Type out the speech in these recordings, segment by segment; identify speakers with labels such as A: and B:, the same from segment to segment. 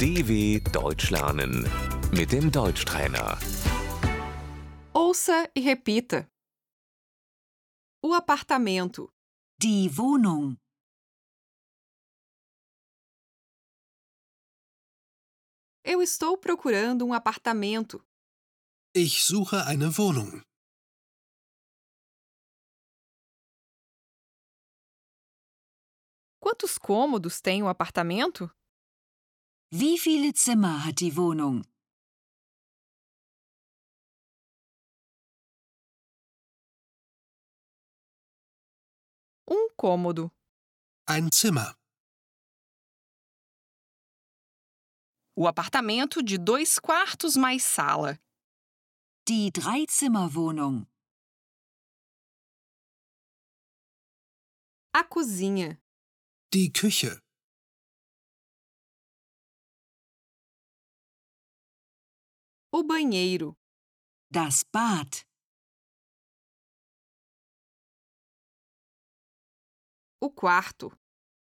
A: DW Deutsch lernen mit dem Deutschtrainer.
B: Ouça e repita. O apartamento,
C: Die Wohnung,
B: eu estou procurando um apartamento,
D: Ich suche eine Wohnung.
B: quantos cômodos tem o apartamento?
C: wie viele Zimmer hat die Wohnung?
B: Um cômodo,
D: Ein Zimmer.
B: o apartamento de dois quartos mais sala,
C: Die Dreizimmerwohnung,
B: a cozinha,
D: Die Küche.
B: o banheiro,
C: das Bad,
B: o quarto,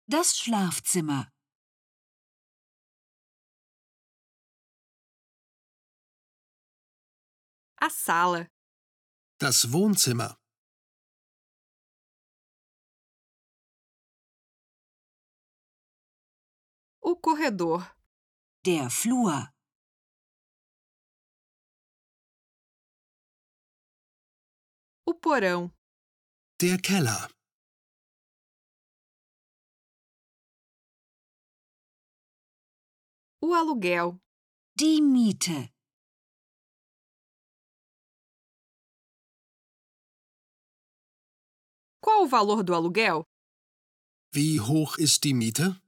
C: das Schlafzimmer,
B: a sala,
D: Das Wohnzimmer.
B: o corredor,
C: der Flur,
B: o porão,
D: Der Keller.
B: o aluguel,
C: die Miete,
B: Qual o valor do aluguel?
D: Wie hoch ist die Miete?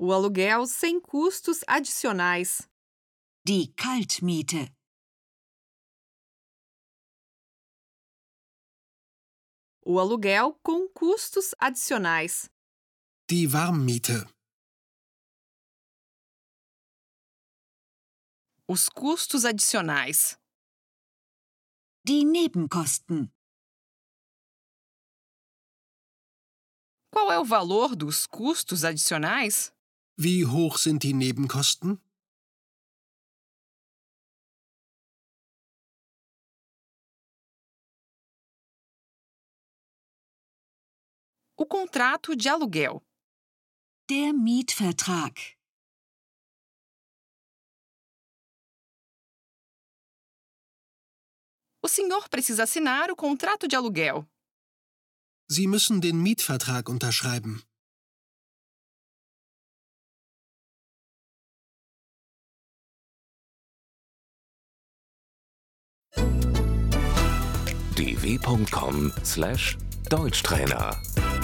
B: O aluguel sem custos adicionais.
C: die Kaltmiete,
B: O aluguel com custos adicionais.
D: Die Warmmiete.
B: Os custos adicionais.
C: die Nebenkosten,
B: Qual é o valor dos custos adicionais?
D: Wie hoch sind die Nebenkosten?
B: O contrato de aluguel.
C: der Mietvertrag.
B: O senhor precisa assinar o contrato de aluguel.
D: Sie müssen den Mietvertrag unterschreiben.
A: dw.com/deutschtrainer